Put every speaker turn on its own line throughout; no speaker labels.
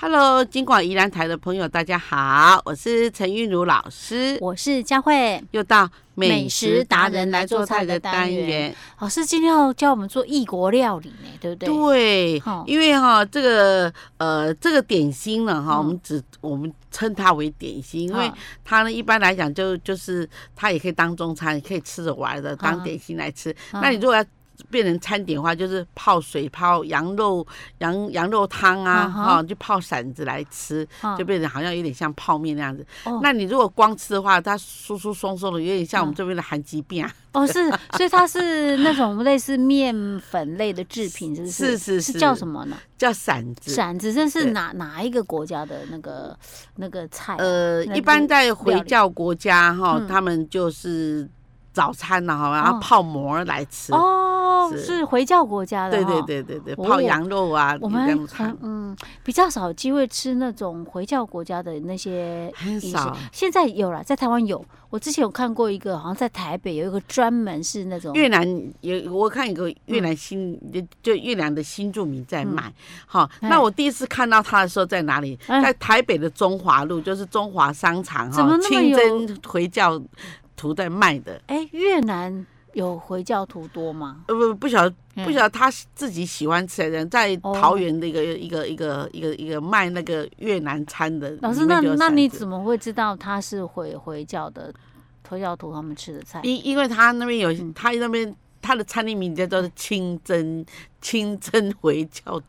Hello，金广宜兰台的朋友，大家好，我是陈韵如老师，
我是佳慧
又到
美食达人来做菜的单元。老师今天要教我们做异国料理呢，对不对？
对
哦，
因为哈、这个呃这个点心呢哈、
嗯
我们只我们称它为点心，因为
嗯
它呢一般来讲就就是它也可以当中餐，也可以吃着玩的，当
嗯
点心来吃。
嗯
那你如果要变成餐点的话，就是泡水泡羊肉羊羊肉汤啊，
嗯哼
哈、就泡馓子来吃。
嗯
就变成好像有点像泡面那样子。
哦
那你如果光吃的话，它酥酥松松的，有点像我们这边的韩吉饼啊。
哦是，所以它是那种类似面粉类的制品，是不是？
是是是
是叫什么呢？
叫馓子。
嗯馓子，这
对
是哪哪一个国家的那个那个菜啊？
呃，
那
一般
就
在回教国家哈，
嗯
他们就是早餐呢，哈，然后
哦
泡馍来吃。
哦，
是
是回教国家的。
对对。对对对，
哦
泡羊肉啊，这
我们
样
很
看
嗯比较少有机会吃那种回教国家的那些
很
饮
少
食，现在有了，在台湾有。我之前有看过一个，好像在台北有一个专门是那种
越南有，我看有
嗯
个越南新，就就越南的新住民在卖。好，
哎
那我第一次看到他的时候在哪里？
哎
在台北的中华路，就是中华商场
怎
哈
么，那么
清
有
真回教徒在卖的。
哎、越南有回教徒多吗？
呃，不不晓得
嗯哦
不晓得他自己喜欢吃的人，在桃园的一个一个一个一个一个卖那个越南餐的。
老师，那那你
么？
怎么会知道他是回回教的回教徒他们吃的菜？
因因为他那边有
嗯
他那边。他的餐厅名字叫做清真清真回教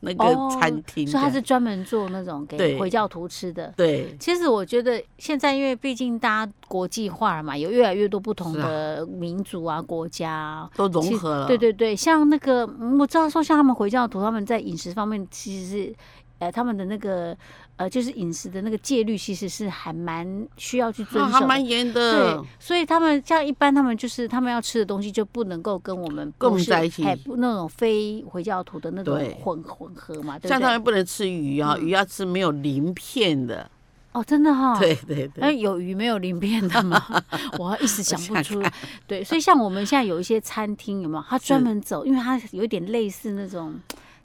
那个
哦
餐厅这
所以
样，
他是专门做那种
对
给回教徒吃的。
对
其实我觉得现在，因为毕竟大家国际化了嘛，有越来越多不同
是啊
的民族啊、国家啊、
都
其
融
实
合了。
对对对，像那个嗯我知道说，像他们回教徒，他们在饮食方面其实是，呃，他们的那个呃，就是饮食的那个戒律，其实是还蛮需要去遵
啊，
守
还
的。
蛮严的
对。，所以他们像一般，他们就是他们要吃的东西就不能够跟我们
跟我
不
们
是
在一起
哎不那种非回教徒的那种
对
混混合嘛，对
像
不
他
对？
们不能吃鱼啊，
嗯
鱼要吃没有鳞片的。
哦，真的哈、
对对
那
对，
有鱼没有鳞片的吗？ 我一时想不
想
出来。对，所以像我们现在有一些餐厅，有没有？它专门走，因为它有点类似那种，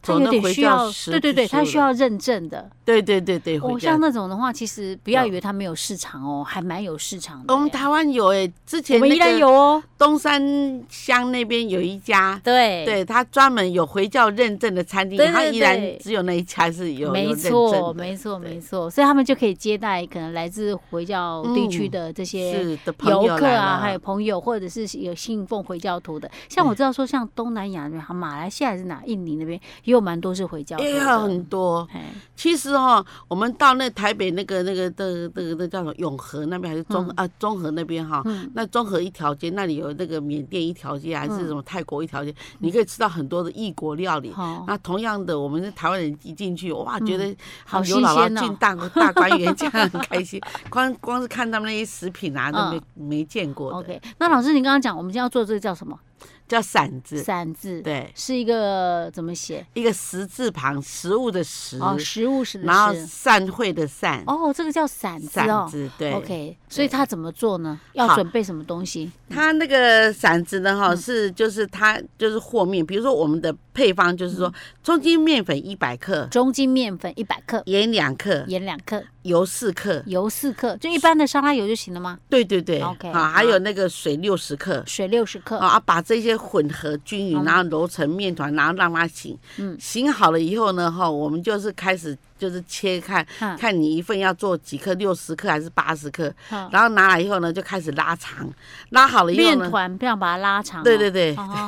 它
走那
有点
回
需
教
要，
食
对对对，
之路
它需
的
要认证的。
对对对对，
哦，
回啊家
像。那种的话，其实不要
有
以为它没有市场哦，还蛮有市场的耶。
我们台湾有哎、之
我
前
们依然
那个
有哦，
东山乡那边有一家，
对
对他专门有回教认证的餐厅
对，对
他依然
对
只有那一家是有有
没
认证
错，
的
没错，
对
没错，所以他们就可以接待可能来自回教地区
嗯
的这些
是的朋
游
友
客
来
啊，
了，
还有朋友，或者是有信奉回教徒的。像我知道说，像东南亚那边，马来西亚还是哪，印尼那边也有蛮多是回教徒
也有
的。
很多。
哎，
其实哦，我们到那台北那个那个那个那个那叫什么永和那边还是中、
嗯
啊中和那边哈、
嗯，
那综合一条街，那里有那个缅甸一条街，还是
嗯
什么泰国一条街，你可以吃到很多的异国料理。
好，
那同样的，我们是台湾人一进去，哇，
嗯
觉得
好
有
新
姥
鲜
姥
哦
进大大观园，这样很开心。 光光是看他们那些食品啊，都没没见过的，
嗯 OK。那老师，你刚刚讲我们今天要做这个叫什么？
叫馓子，
散字，，
对，
是一个怎么写？
一个食字旁，食物的食，
哦，食物是
然后
是
散会的散，
哦，这个叫散字
馓
哦。
子，对。
OK，所以他怎么做呢？
好
要准备什么东西？
它那个馓子呢，
嗯
哈，是就是它就是和面，比如说我们的配方就是说，中筋面粉一百克，
嗯中筋面粉一百克，
盐两克，
盐两克，
油四克，
油四克，就一般的沙拉油就行了吗？
对对对
OK，
啊，还
好
有那个水六十克。
水六十克，
啊，把这些混合均匀，
嗯
然后揉成面团，然后让它醒。
嗯
醒好了以后呢，哈，我们就是开始就是切看，
嗯
看你一份要做几克，六十克还是八十克，
好
然后拿来以后呢，就开始拉长。拉好了以后
嗯面
呢，
团这样把它拉长哦。
对对对
哦，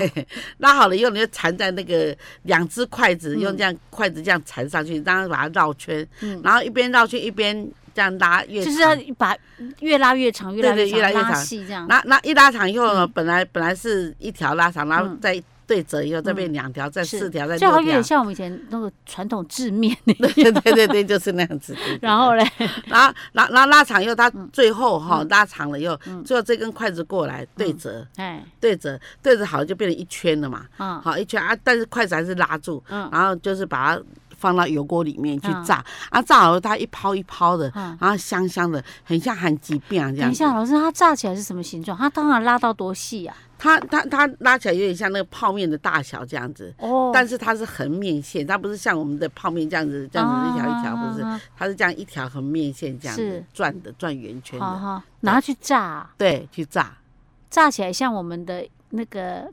拉好了以后，你就缠在那个两只筷子，
嗯
用这样筷子这样缠上去，然后把它绕圈，
嗯
然后一边绕圈一边这样拉，越
就是
长
要把越拉越长，越拉
对
越
对越拉越
拉
长
细这样。
那那一拉长以后呢，本来本来是一条拉长，然后
嗯
再对折以后，再变
嗯
两条，再
是
四条，再
这
六
好像有点
条。
像我们以前那个传统 制面，
对对对对，就是那样子。对对对
然后嘞，
然后然后然后拉长以后，它最后哈拉长了以后，
嗯
最后这根筷子过来对折，
哎，
对折，对折好了就变成一圈了嘛。啊
嗯
好一圈啊，但是筷子还是拉住，
嗯
然后就是把它放到油锅里面去
嗯
炸，啊，炸好了它一泡一泡的，
嗯
然后香香的，很像韩吉饼这
等
样
一
子。
下，老师，它炸起来是什么形状？它当然拉到多细啊呀、
它它它拉起来有点像那个泡面的大小这样子，
哦，
但是它是横面线，它不是像我们的泡面这样子这样
哦
子一条一条，不是，
啊
它是这样一条横面线这样子
是哦
转的转圆圈
好
的，
好，拿去炸啊，
对，去炸。
炸起来像我们的那个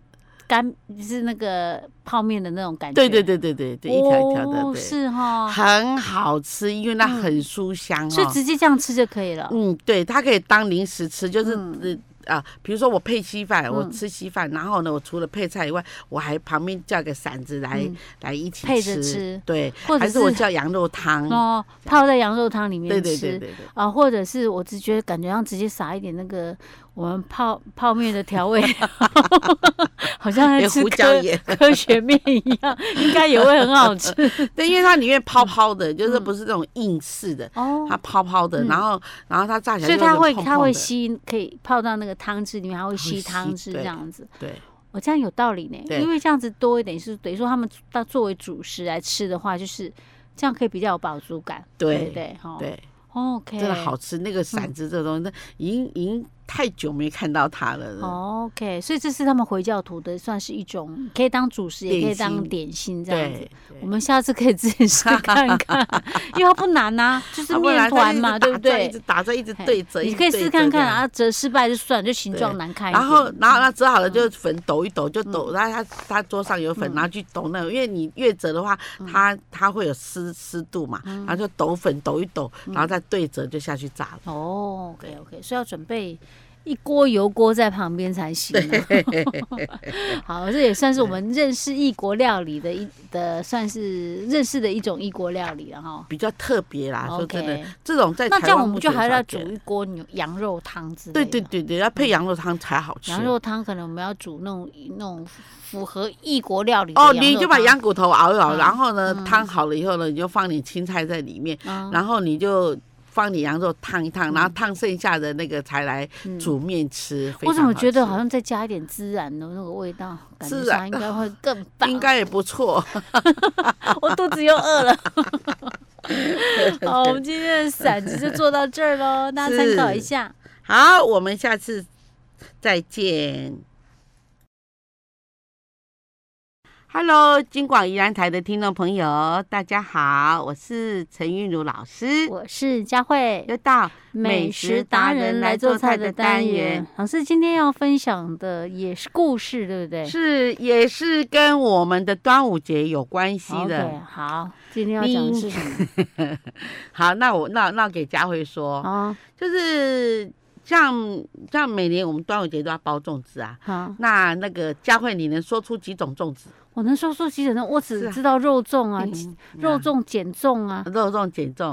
干，是那个泡面的那种感觉。
对对对对对对，一条一条的，
哦、
对，
是嗯哈、
很好吃，因为它很酥香
所以
哦。
直接这样吃就可以了。
嗯，对，它可以当零食吃，就是
嗯
呃啊，比如说我配稀饭，我
嗯
吃稀饭，然后呢，我除了配菜以外，我还旁边叫个馓子来
嗯
来一起
配着吃
对，
或者
还是我
是
叫羊肉汤，
哦，泡在羊肉汤里面
对
吃。
对对对对。
啊，或者是我只觉得感觉上直接撒一点那个我们泡泡面的 调味， 好像在
有
吃
胡椒
科
盐
科学面一样，应该也会很好 吃
对，因为它里面泡泡的，就是不是那种硬式的，
嗯哦
它。泡泡的，
嗯
然后然后它炸起来
所
就
以
有
它
点
会
碰
它
碰
会
的
吸，可以泡到那个汤汁里面，它会吸
吸
汤汁
对
这样子。
对。
我哦这样有道理呢，
对
因为这样子多一点是等于说他们当作为主食来吃的话，就是这样可以比较有饱足感，对
对
不对？哈，
对，
哦，OK，嗯
真的好吃。那个馓子这个东西，那已经已经太久没看到它
哦
了。
OK，所以这是他们回教徒的，算是一种可以当主食，也可以当点心这样子。
对，
我们下次可以自己试看 看，因为它不难呐、就是
啊不然
面
它
团
一直
嘛，
打
对不
转
对
一直？打着，一直
嘿
对折，一
你
直
可以
对
试
折
看
这
看
样。
啊，折失败就算，就形状
对
难看一
然
点。
后，然后那折好
嗯
了，就是粉抖一抖就抖，然后它它桌上有粉，然后去抖那个，因为你越折的话，
嗯
它它会有湿湿度嘛，然后就抖粉抖一抖，
嗯
然后再对折就下去炸了。
哦，OK OK，所以要准备一锅油锅在旁边才行、啊。 好，这也算是我们认识异国料理的一的，算是认识的一种异国料理了哈。
比较特别啦，说真的
OK，
这种在
那这
台
样我
湾
们
目
就
前
还
很少
要
见
煮一锅牛羊肉汤之类
对
的。嗯
对对对，要配羊肉汤才好吃。
羊肉汤可能我们要煮那种那种符合异国料理的
哦，
羊
你
肉
就把
汤
羊骨头熬一熬，
嗯
然后呢，汤好了以后呢，你就放点青菜在里面，
嗯
然后你就放点羊肉烫一烫，然后烫剩下的那个才来煮面吃。非
嗯我怎么
常
觉得好
吃
像再加一点孜然的那个味道，感觉
孜
上
然
应该会更 棒。
应该也不错？
我肚子又饿了。 好，我们今天 的散子就做到这儿喽，大家参考一下。
好，我们下次再见。Hello，金广宜兰台的听众朋友，大家好，我是陈韵如老师，
我是佳慧，
又到
美食达人来做菜的单元。。老师今天要分享的也是故事，对不对？
是，也是跟我们的端午节有关系
对，
的。
好，今天要讲的是什么？
好，那我那那给佳慧说，
啊，
就是像像每年我们端午节都要包粽子啊。
好，
那那个佳慧，你能说出几种粽子？
我能说说几点钟？我只
是啊
知道肉粽啊，
嗯
肉、粽、减重啊
啊，肉粽、减重，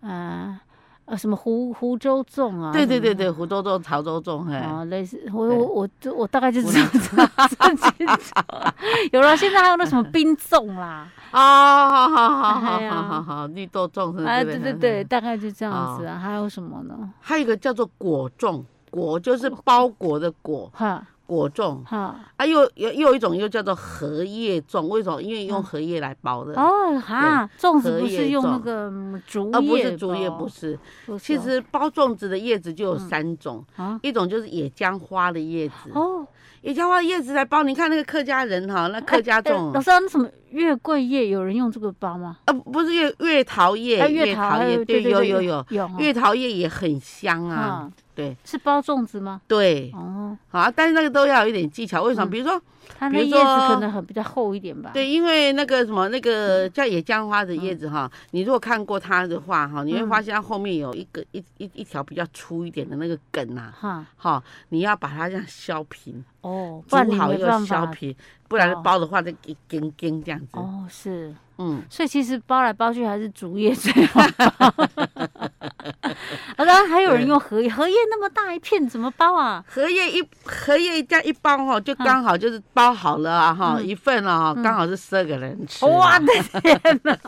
啊，呃，什么湖湖州粽啊？
对对
什么
对对，湖州粽、潮州粽，嘿，
啊，类似我
对
我我就我大概就知道这几种，有了。现在还有那什么冰粽 啦，
哦，好好好好
哎呀
好好好，绿豆粽是不是？
啊，对对对，，大概就这样
哦
子啊。还有什么呢？
还有一个叫做果粽，果就是包裹的果，
哈
果粽。
哈
啊，又又又有一种又叫做荷叶粽，为什么？因为用荷叶来包的，
嗯哦哈，粽子
荷
不是
叶
用那
粽
个嗯竹
而
叶包，
不是竹叶，不是。
不是
其
哦
实包粽子的叶子就有三种，
啊
一种就是野姜花的叶子，
哦，
野姜花叶子来包。你看那个客家人哈，那客家
呃
粽
老
啊、
师啊，那什么月桂叶有人用这个包吗？
呃不是月月桃叶，
啊月桃还
叶，
有对对
有
对
有有，
有哦
月桃叶也很香啊，
啊，
对
是包粽子吗？
对。
哦，
好、啊，但是那个都要有一点技巧，为什么？
嗯
比如说，
它
比
那
如
叶子
说
可能很比较厚一点吧。
对，因为那个什么，那个叫野姜花的叶子哈，
嗯
你如果看过它的话哈，你会发现它后面有一个一一一条比较粗一点的那个梗呐、
哈
哈，你要把它这样削平，
哦，
煮
不然你
好
没
又
办
削
法。
平，不然
哦
包的话就一根根这样子。
哦，是。
嗯，
所以其实包来包去还是竹叶最好包。 啊，当然还有人用荷叶，荷叶那么大一片怎么包啊？
荷叶一荷叶这样一包哈，
嗯
就刚好就是包好了啊哈，一份啊，刚好是十二个人吃啊。
哇，的天哪！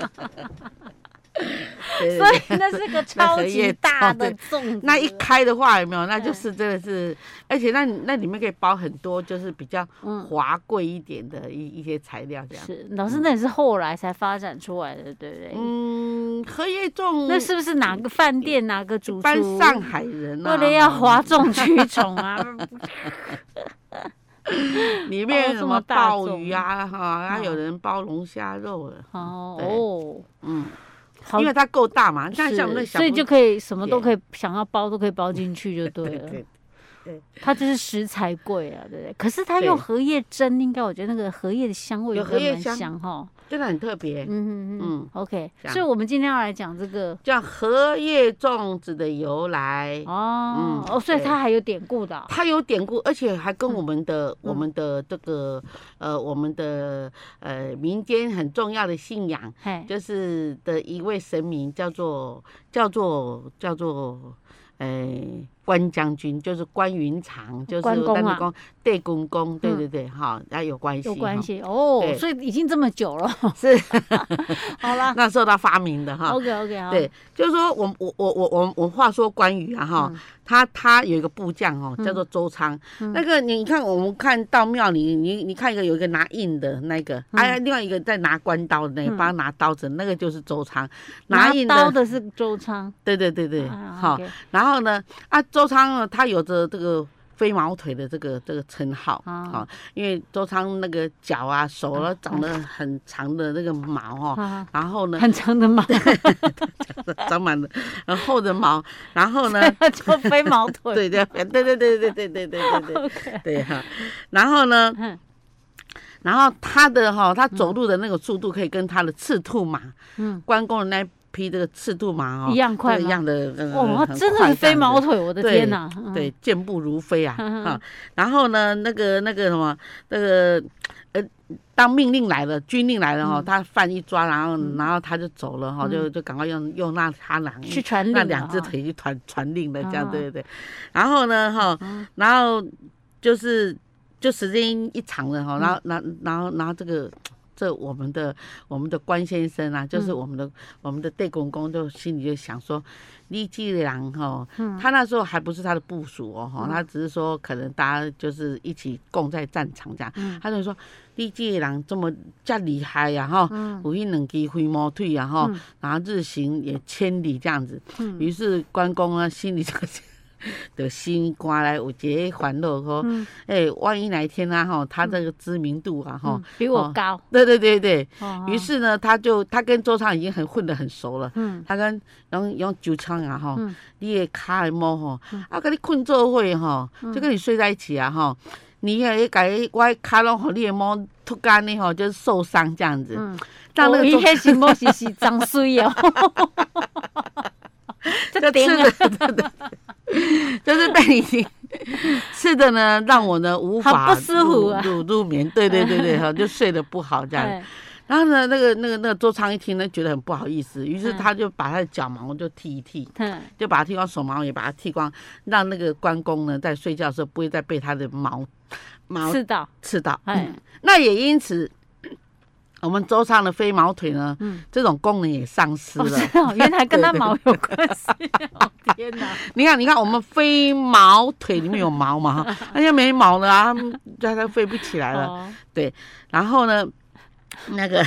对
所
对
以那是个
那
超
荷
级
叶
大
超
的
对
粽子，
那一开的话有没有？那就
对
是真的是，而且那那里面可以包很多，就是比较
嗯
华贵一点的一一些材料这样。
是老师，那也是后来才发展出来的，对不对？
嗯，荷叶粽
那是不是哪个饭店哪个
一
主
般
厨
上海人啊，
为了要哗众取宠啊？
里面
包
有什
哦这
么
么大
鲍鱼啊，哈，还有
嗯
人包龙虾肉了，
哦
对
哦，
嗯，
好
因为它够大嘛，你看
是
像我们那小
所以
朋
就
友
可以什么都
点
可以想要包都可以包进 去就对了。
对
它就是食材贵啊，对不对？可是它
对
用荷叶蒸，应该我觉得那个荷叶的香味
有
应
荷
该
叶
蛮
香
香哈。
真的很特别。
嗯嗯嗯
嗯
，OK。
这样
所以我们今天要来讲这个
叫荷叶粽子的由来，
哦
嗯
哦，所以
对
它还有典故的 哦。
它有典故，而且还跟我们的、我
嗯
们的这个呃我们的呃民间很重要的信仰，
嘿，
就是的一位神明叫做叫做叫做呃关将军，就是关云长，就是
关公啊
那个公对公公，对
嗯
对对，哈、那有关系，
有
哈
关系哦
对，
所以已经这么久了，
是
好啦
那时候他发明的哈。
，OK OK 好，
对，就是说我我我我我我话说关羽啊哈，
嗯
他他有一个部将哦，叫做周仓。
嗯
那个你看，我们看到庙里，你你看一个有一个拿印的那个，哎、另外一个在拿关刀的那个，
嗯
帮、他拿刀子，那个就是周仓。
拿
印
刀的是周仓，
对对对对，
啊
好、
，OK，
然后呢，啊，周仓呢，他有着这个飞毛腿的这个这个称号，好、
啊
因为周仓那个脚啊、手啊
啊
长了很长的那个毛哦，
好
然后呢
很长的毛，
长满了很厚的毛，然后 呢，
就飞毛
对
腿，
对对对对对对对对对对对
OK，
对哈，然后呢，
嗯
然后他的哈、他走路的那个速度可以跟他的赤兔马，
嗯，
关公的那匹这个赤兔马哦
一样快
这个一
吗
样的，呃
哇，
很
真的
快
是
这样
飞毛
子
腿，我的
对
天哪，嗯
对，健步如飞 啊！
嗯
啊，然后呢，那个那个什么，那个呃，当命令来了，军令来了
嗯
哈，他犯一抓，然后然后他就走了哈，就就赶快用用那他两
去传令
嗯那
了
两只
啊
腿去传传令的这样，
啊
对对对。然后呢哈，然后就是就时间一长了哈，然后然后然后然后这个。这我们的我们的关先生啊，就是我们的、我们的对公公，就心里就想说，李继良哈，他那时候还不是他的部署哦，哈、他只是说可能大家就是一起共在战场这样，他就说李继良这么这么厉害呀、哈、
嗯
有一两支飞毛腿呀、哈、然后日行也千里这样子，
嗯
于是关公啊心里 就。的心肝来有一个烦恼，
哦嗯
说，哎、万一哪一天啊，吼，他这个知名度啊，吼、
嗯比我高，
对对对对，
哦
于是呢，他就他跟周仓已经很混得很熟了。
嗯
他跟用用酒枪啊吼
嗯，
你的卡的毛吼，啊跟你困做伙吼，
嗯
就跟你睡在一起啊吼，你也改我卡拢和你的毛突干呢吼，就是受伤这样子。
嗯，
让那
我
个
一
周
开始莫是是 长水哦，
就
顶
吃的，对对对 就是被你吃的呢，让我呢无法
好不舒服啊
入入入眠，对对对 对哈，就睡得不好这样。
哎
然后呢，那个那个那个周仓一听呢，觉得很不好意思，于是
嗯
他就把他的脚毛就剃一剃，
嗯
就把它剃光，手毛也把它剃光，让那个关公呢在睡觉的时候不会再被他的毛毛
是的，
刺到。嗯
哎
那也因此， 我们周仓的飞毛腿呢，
嗯
这种功能也丧失
哦，
了。
是哦，原来跟他
对对
毛有关 系。哦天哪！
你看，你看，我们飞毛腿里面有毛 嘛，哈，那些没毛的啊，它它飞不 起来了。
哦，
然后呢，那 个。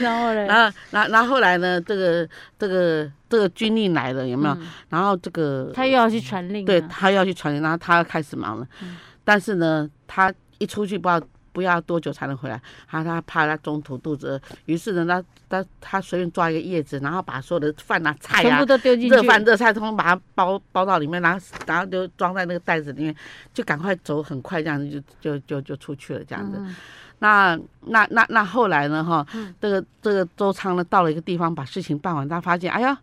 然后嘞，
然后，然后然后后来呢，这个这个这个军令来了，有没有？
嗯
然后这个
他又要去传令啊，
对他要去传令，然后他要开始忙了。
嗯
但是呢，他一出去不知道不要多久才能回来，他他怕他中途肚子饿，于是呢，他他他随便抓一个叶子，然后把所有的饭啊菜
全
啊
部。都丢进去，
热饭热菜，通通把它包包到里面，然后然后就装在那个袋子里面，就赶快走，很快这样子就就就就出去了，这样子。
嗯
那那那那后来呢？哈，这个这个周仓呢，到了一个地方，把事情办完，他发现，哎呀，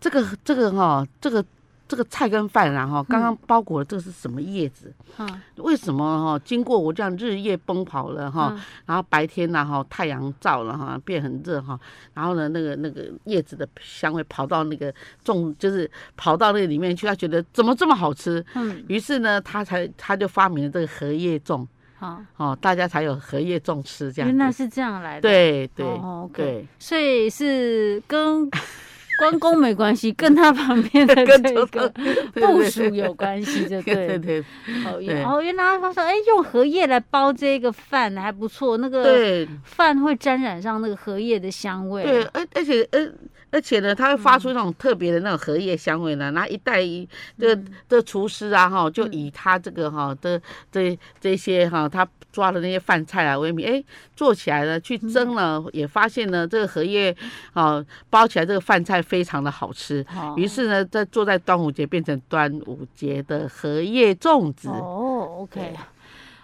这个这个哈，这个这个菜跟饭啊，哈，刚刚包裹的这个是什么叶子？
嗯
为什么哈？经过我这样日夜奔跑了哈，
嗯
然后白天呢哈，太阳照了哈，变很热哈，然后呢，那个那个叶子的香味跑到那个种，就是跑到那个里面去，他觉得怎么这么好吃？
嗯
于是呢，他才他就发明了这个荷叶粽。
好，
哦，大家才有荷叶重吃这
原来
样子。
是这样来的。，
对对
哦，OK
对，
所以是跟 关公没关系，跟他旁边的
跟
这
着
个部署有关系，就
对对
对了。
对
哦，
对
原哦，原来他说，哎，用荷叶来包这个饭还不错，那个
对
饭会沾染上那个荷叶的香味。
对，，而而且而而且呢，它会发
嗯
出那种特别的那种荷叶香味呢。然后一带一这
嗯
个这个厨师啊哈，就以他这个哈的这这些哈他抓的那些饭菜来为名，哎，做起来了去
嗯
蒸了，也发现呢这个荷叶啊包起来这个饭菜非常的好吃。
好
于是呢，在做在端午节变成端午节的荷叶粽子。
哦，OK，
对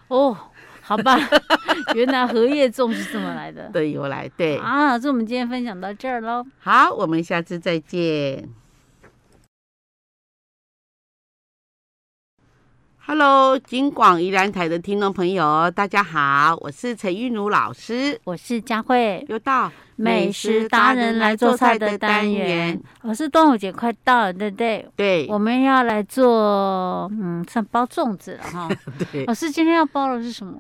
哦，好吧， 原来荷叶粽是这么来的。
的由来，对，
啊，这我们今天分享到这儿喽。
好，我们下次再见。Hello，金广宜兰台的听众朋友，大家好，我是陈玉茹老师，
我是佳慧，
又到
美食达人来做菜的单元。。我哦是端午节快到了，对不对？
对
我们要来做，嗯，算包粽子了 哈。
对，
老师今天要包的是什么？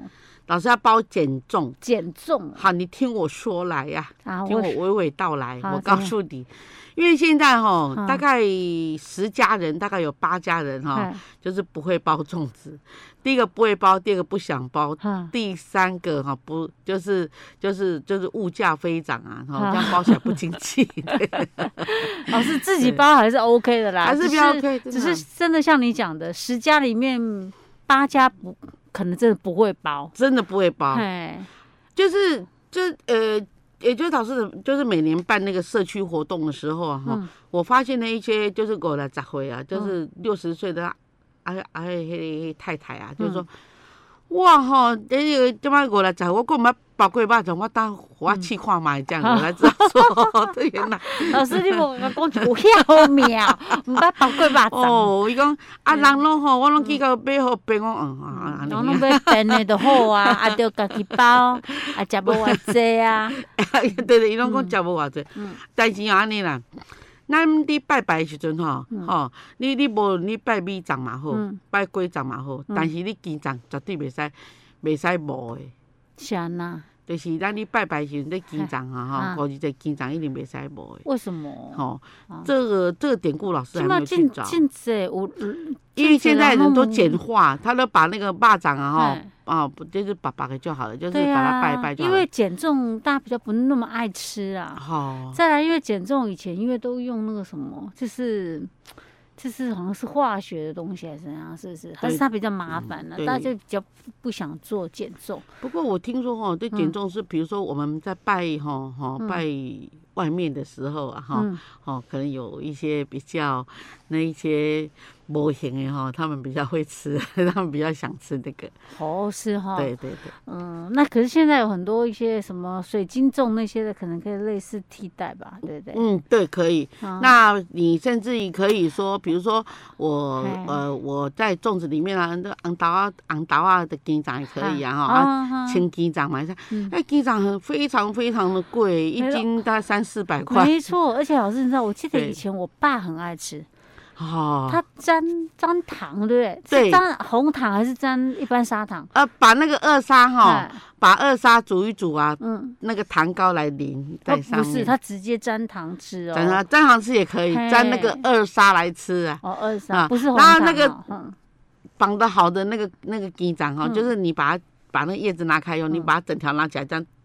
老师要包减重。
减重
好，你听我说来呀、
啊，
听
我
我娓娓道来。
好
我告诉你，因为现在哈、
嗯
大概十家人，大概有八家人哈、
哎
就是不会包粽子。第一个不会包，第二个不想包，
哈
第三个哈、不就是就是就是物价飞涨啊，哈、
啊
这样包起来不经 济，对
老师自己包还是 OK 的啦，
还是
啊只
比较 OK，
只
真的啊
是真的像你讲的，十家里面八家不可能真的不会包，
真的不会包，
哎，
就是就呃。也就是老师的，就是每年办那个社区活动的时候啊，哈、
嗯
我发现了一些就是狗来杂回啊，就是六十岁的啊啊嘿嘿太太啊，就是
嗯
说，哇哈，这个这摆狗来杂，我讲买宝贵巴掌，我当我
嗯
试看卖 这样，我才知道说， 对原来
老师你无甲讲一 句遐妙，毋捌包过肉粽，
哦，伊讲啊，人拢吼，我拢去到买好饼，我嗯啊
人
安
嗯拢
尼
要变的就好 啊，啊着家己包，啊食无偌 济啊，
啊，对对，伊拢讲食无偌济
嗯，
但是啊安尼啦，咱伫拜拜的时阵吼，吼，你你无论你拜米粽嘛好
嗯，
拜粿粽嘛好，但是你鸡粽绝对袂使袂使无的，
是安那？
就是咱你拜拜的时阵，你鸡粽啊
啊
吼，估计这鸡粽一定袂使无的，
为什么？
吼
啊，
这个这个典故老师还
起
没
码
有去
进
找。
进这有，嗯
因为现在人都简
进
化，他都把那个蚂蚱啊哈
哎，
啊不就是把把个就好了，就是
这
把
人那
它
么
拜一拜就好
对啊，因
了
为。减重大家比较不那么爱吃啊。
好，
再来，因为减重以前因为都用那个什么，就是就是好像是化学的东西还是怎样，是不是？还是它比较麻烦了、
嗯对
大家就比较不不想做减重。
不过我听说哈，
嗯
对减重是，比如说我们在拜哈哈拜外面的时候啊哈，
嗯，
哦可能有一些比较那一些模型的哈，他们比较会吃， 他们比较想吃那个。
哦，是哈。
对对对，
嗯，那可是现在有很多一些什么水晶粽那些的，可能可以类似替代吧，对不对？
嗯对可以。
嗯
那你甚至于可以说，比如说我
哎
呃我在粽子里面啊，那红豆啊红豆啊的鸡掌也可以啊哈。啊
啊
千鸡掌买一下
嗯，
那鸡掌很非常非常的贵，一
没了
斤大概三四百块。
没错，而且老师，你知道，我记得
对
以前我爸很爱吃，
哦，
他沾沾糖，对不对？
对
是沾红糖还是沾一般砂糖？
呃，把那个二砂哈，
哎，
把二砂煮一煮啊，
嗯，
那个糖糕来淋
它
在上
哦不是，
面。
它直接沾糖吃哦。
沾上沾上吃也可以，
嘿
沾那个二砂来吃啊。
哦，二三、
啊
不是红
然
糖、
后
哦。
那个
嗯，
绑的好的那个那个鸡掌哈，
嗯
就是你把它把那叶子拿开以后，你把它整条拿起来，这样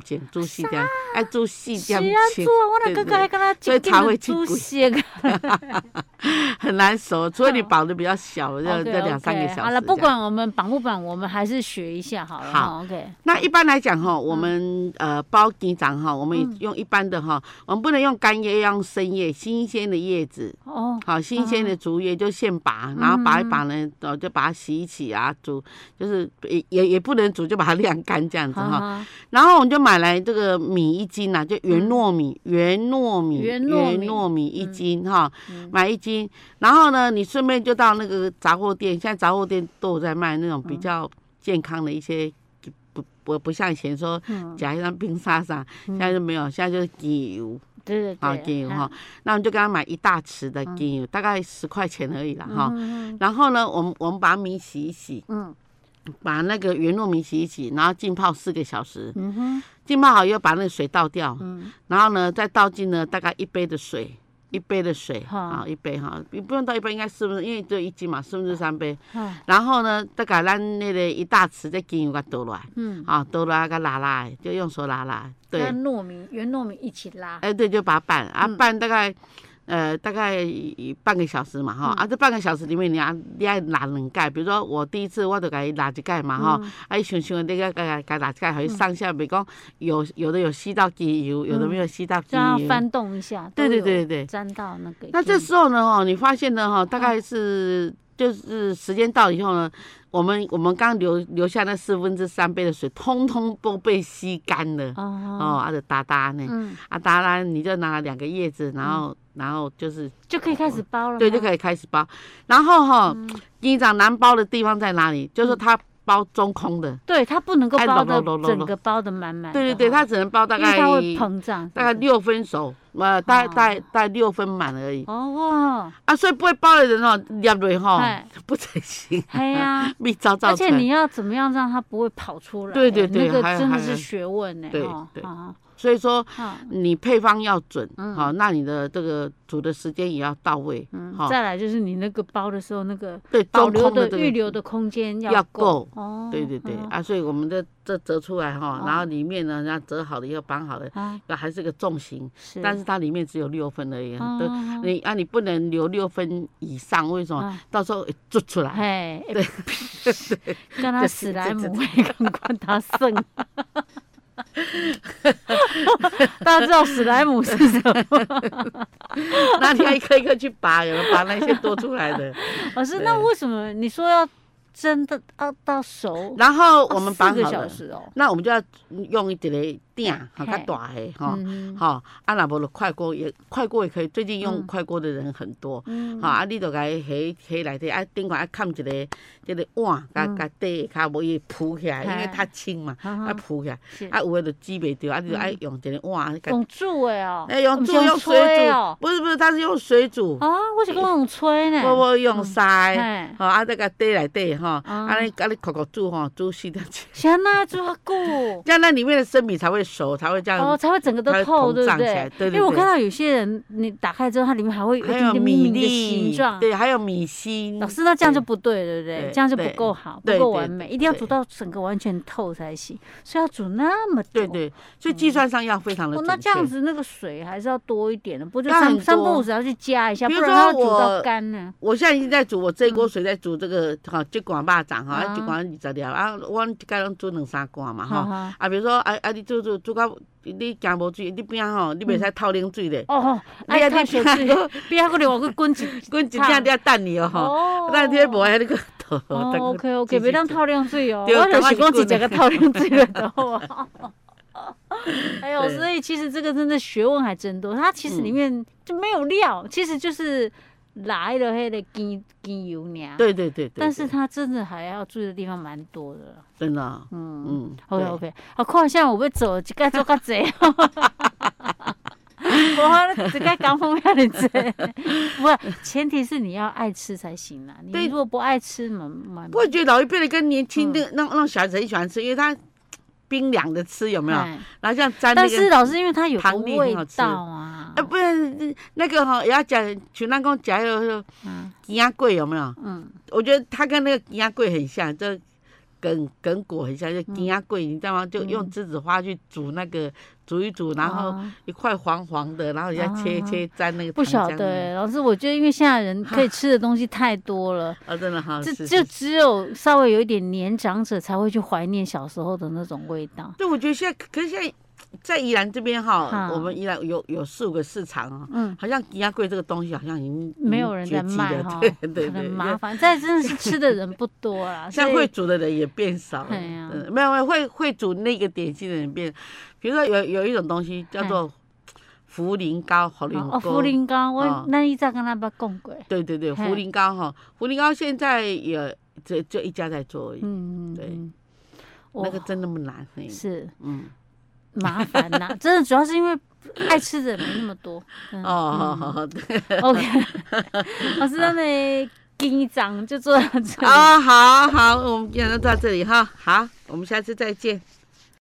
钟煮四点，要煮四
是
点
啊，
钟
做。啊，我那
对
哥
对
哥还跟他
所以才会去
猪
贵
血。
很难熟，除非你绑的比较小，
OK，OK，
就就两三个小时。
哦好了，不。管我们绑不绑，我们还是学一下好了。
好
哦，OK，
那一般来讲哈，
嗯
我们呃包鸡掌哈，我们用一般的哈，我们不能用干叶，要用生叶，新鲜的叶子。
哦，
好，新鲜的竹叶就现拔，然后拔一拔呢，
嗯
哦，就把它洗一洗啊，煮，就是也也也不能煮，就把它晾干这样子
好
哈。
好，
然后我们就买来这个米一斤呐、就圆糯米，圆糯米，
嗯圆糯米嗯
米一斤哈，买一斤。然后呢，你顺便就到那个杂货店，现在杂货店都有在卖那种
嗯
比较健康的一些，不不不像以前说
嗯，
加一张冰沙啥，现在就没有，现在就是鸡油
对对
啊，
对，
鸡油
嗯
哈。。那我们就给他买一大匙的鸡油，大概十块钱而已啦哈。
嗯
然后呢，我们我们把米洗一洗，
嗯
把那个圆糯米洗一洗，然后浸泡四个小时。
嗯哼，
浸泡好以后，把那个水倒掉，
嗯
然后呢，再倒进呢大概一杯的水，一杯的水，
好
啊，一杯哈，你不用倒一杯，应该四分之，因为只有一斤嘛，四分之三杯。
啊
然后呢，再把咱那个一大匙的精油给它倒落来，
嗯，
啊，倒落来给它拉拉的，就用手拉拉的，对，
跟糯米圆糯米一起拉，
哎对，就把它拌啊
嗯
拌大概。呃，大概半个小时嘛，
嗯
哈、啊，这半个小时里面你要你要拉两盖，比如说我第一次我就给它拉一盖嘛，
嗯
哈、啊，伊想想你个个个哪一个可以上下，袂讲有有的有吸到机油，有的没有吸到机
这样
油。
嗯翻动一下，
对
都
对
有嗯
对对。
沾到那个。
那这时候呢，哈，你发现呢，哈，大概是就是时间到以后呢，我们我们刚留留下那四分之三杯的水，通通都被吸干了。
哦，
哦，啊，就哒哒呢，
嗯，
啊哒哒，你就拿了两个叶子，然后然后就是
就可以嗯开始嗯包了吗。
对，就可以开始包。然后哈，你长难包的地方在哪里？
嗯
就是说它包中空的。
对，它不能够
哎
包的
揉揉揉揉
整个包的满满的哈。
对对对，它只能包大
因为
概
它会膨胀，
大概
是不是
六分熟，呃，大概
哦
大概大概六分满而已
哦哇，
啊，所以不会包的人哦，捏落吼
哎
不成形，
嘿呀。
密糟
而
糟
且你
成。
要怎么样让它不会跑出来？
对对对
那个
还有
真的
还有
是学问呢。
对
哦
对
啊
所以说
啊
你配方要准，好、
嗯
那你的这个煮的时间也要到位，
嗯
好、
再来就是你那个包的时候，那个
对，
保
中
留
空
的
的这
预
个。
留的空间
要
够
够。
哦，
对对对、
嗯哦
啊，所以我们这这折出来哈、然后里面呢，然后折好了以后绑好了，
啊，
还是个重型，
是，
但是它里面只有六分而已，对，
嗯
你啊你不能留六分以上，为什么？
啊
到时候会做出来，
嘿，
对
跟他史莱姆会跟管他剩。 大家知道史莱姆是什么？
那你要一颗一颗去拔，有没有拔那些多出来的。
老师，那为什么你说要真的要到熟？
然后我们
哦
绑
四个
好
小
了，
时哦。
那我们就要用一点的鼎，好较大的哈，
嗯
好啊，那无就快锅也快锅也可以，最近用
嗯
快锅的人很多，
嗯
哈啊，你就该起起来底啊，顶块啊盖一个这个碗，甲甲底下无伊铺起来，因为
嗯嘿嗯
它轻嘛，
哈哈
啊铺起来，
是
啊有的就挤袂掉，啊你就爱用一个碗，甲
嗯用煮的哦，
哎用
不是
煮用水
吹
煮
哦，，
不是不是，它是用水煮，
啊，我是讲用吹呢，
我我用筛。
哎，
吼，啊，再甲底内底吼，
嗯
啊，你啊你烤烤煮吼，煮四点钟，
先那煮啊久，
这样那里面的生米才会熟，才会这样。
哦，才会整个都
它
透，
膨
对不
胀起
对
来？对对
因为我
对
看到有些人，你打开之后，它里面还会有一
还
点
有
点
米
米的形
粒
状，，
对，还有米心
老。师，那这样就不对，对不对？
对
这样就不
对
够好，不
对
够
对
完美，一定要
对
煮到整个完全透才行，所以要煮那么久。
对对，所以计算上要非常的
哦，
准
那
确。
这样子那个水还是要多一点的，不就
要
三
很
三不
多
五时要去加一下，
比
不
如
然
说
它会煮到
我
干呢。
我现在已经在煮，我这一锅水在煮这个哈，一罐肉粽哈，
嗯啊
一罐二十粒啊，我一家拢煮两三罐嘛
哈
哈。
哈
啊，比如说啊啊，你煮煮煮到你惊无水，你边仔吼，你袂使透冷水咧。
哦吼，
你啊
爱
你
烫血水
看我，
不要过来我去 滚几
阮真正你要等你哦吼，
哦
咱这无迄个头。
哦
等
，OK OK，别当套量水哦，
对
我就是讲只
赶快去
一个套量水 了，懂吗？哎呦，
对嗯
所以其实这个真的学问还真多，它其实里面就没有料，其实就是来了黑的鸡鸡油娘。，
对对对对，
但是
对
它真的还要注意的地方蛮多的。
真的，
嗯
嗯
，OK
对
OK，好，看现在我要做，一该做 较济。我这个讲风要你做，不，前提是你要爱吃才行啦。你
对
如果不爱吃，嘛嘛
不过我觉得老一辈的跟年轻
嗯
的让让小孩子很喜欢吃，因为他冰凉的吃有没有？
哎
然后这样沾那
但是
个，
老师，因为它有个
糖粒
味
很好吃
道啊，
呃，不然那个哈也要讲，像咱讲讲个呃
嗯
鸡鸭桂有没有？
嗯，
我觉得它跟那个鸡鸭桂很像，
嗯
就梗梗果很像，就鸡鸭桂，你知道吗？就用栀子花去煮那个煮一煮，然后
啊
一块黄黄的，然后你再切一切沾那个
不
糖啊
晓
浆
得
里
欸，老师，我觉得因为现在人可以吃的东西太 多了，
啊，真的哈，
这
是
就是只有稍微有一点年长者才会去怀念小时候的那种味道。
对，我觉得现在可是现在在宜兰这边哈
哈，
我们宜兰有有四五个市场啊，
嗯，
好像吉鸭贵这个东西好像已经
没有人在卖哈
哈，对，对
很
对，
麻烦。再真的是吃的人不 多啦，
像
啊所
会
以
煮的人也变少了，
哎呀
嗯，没有没有会会煮那个点心的人变，比如说有有一种东西叫做茯苓膏，茯苓
哦，
膏，
茯苓膏，我
哦
那一早跟他爸讲过，
对对对，
嘿
茯苓膏哈，茯苓膏现在也只就一家在做而已，
嗯，
对
嗯，
那个
哦
真那么难嘿，
是
嗯，
麻烦呐，真的主要是因为爱吃的人没那么多。嗯
哦，好好对
OK，老师，那 你第一章就做到这里。
哦哦，好好，我们今天就到这里哈，好，我们下次再见，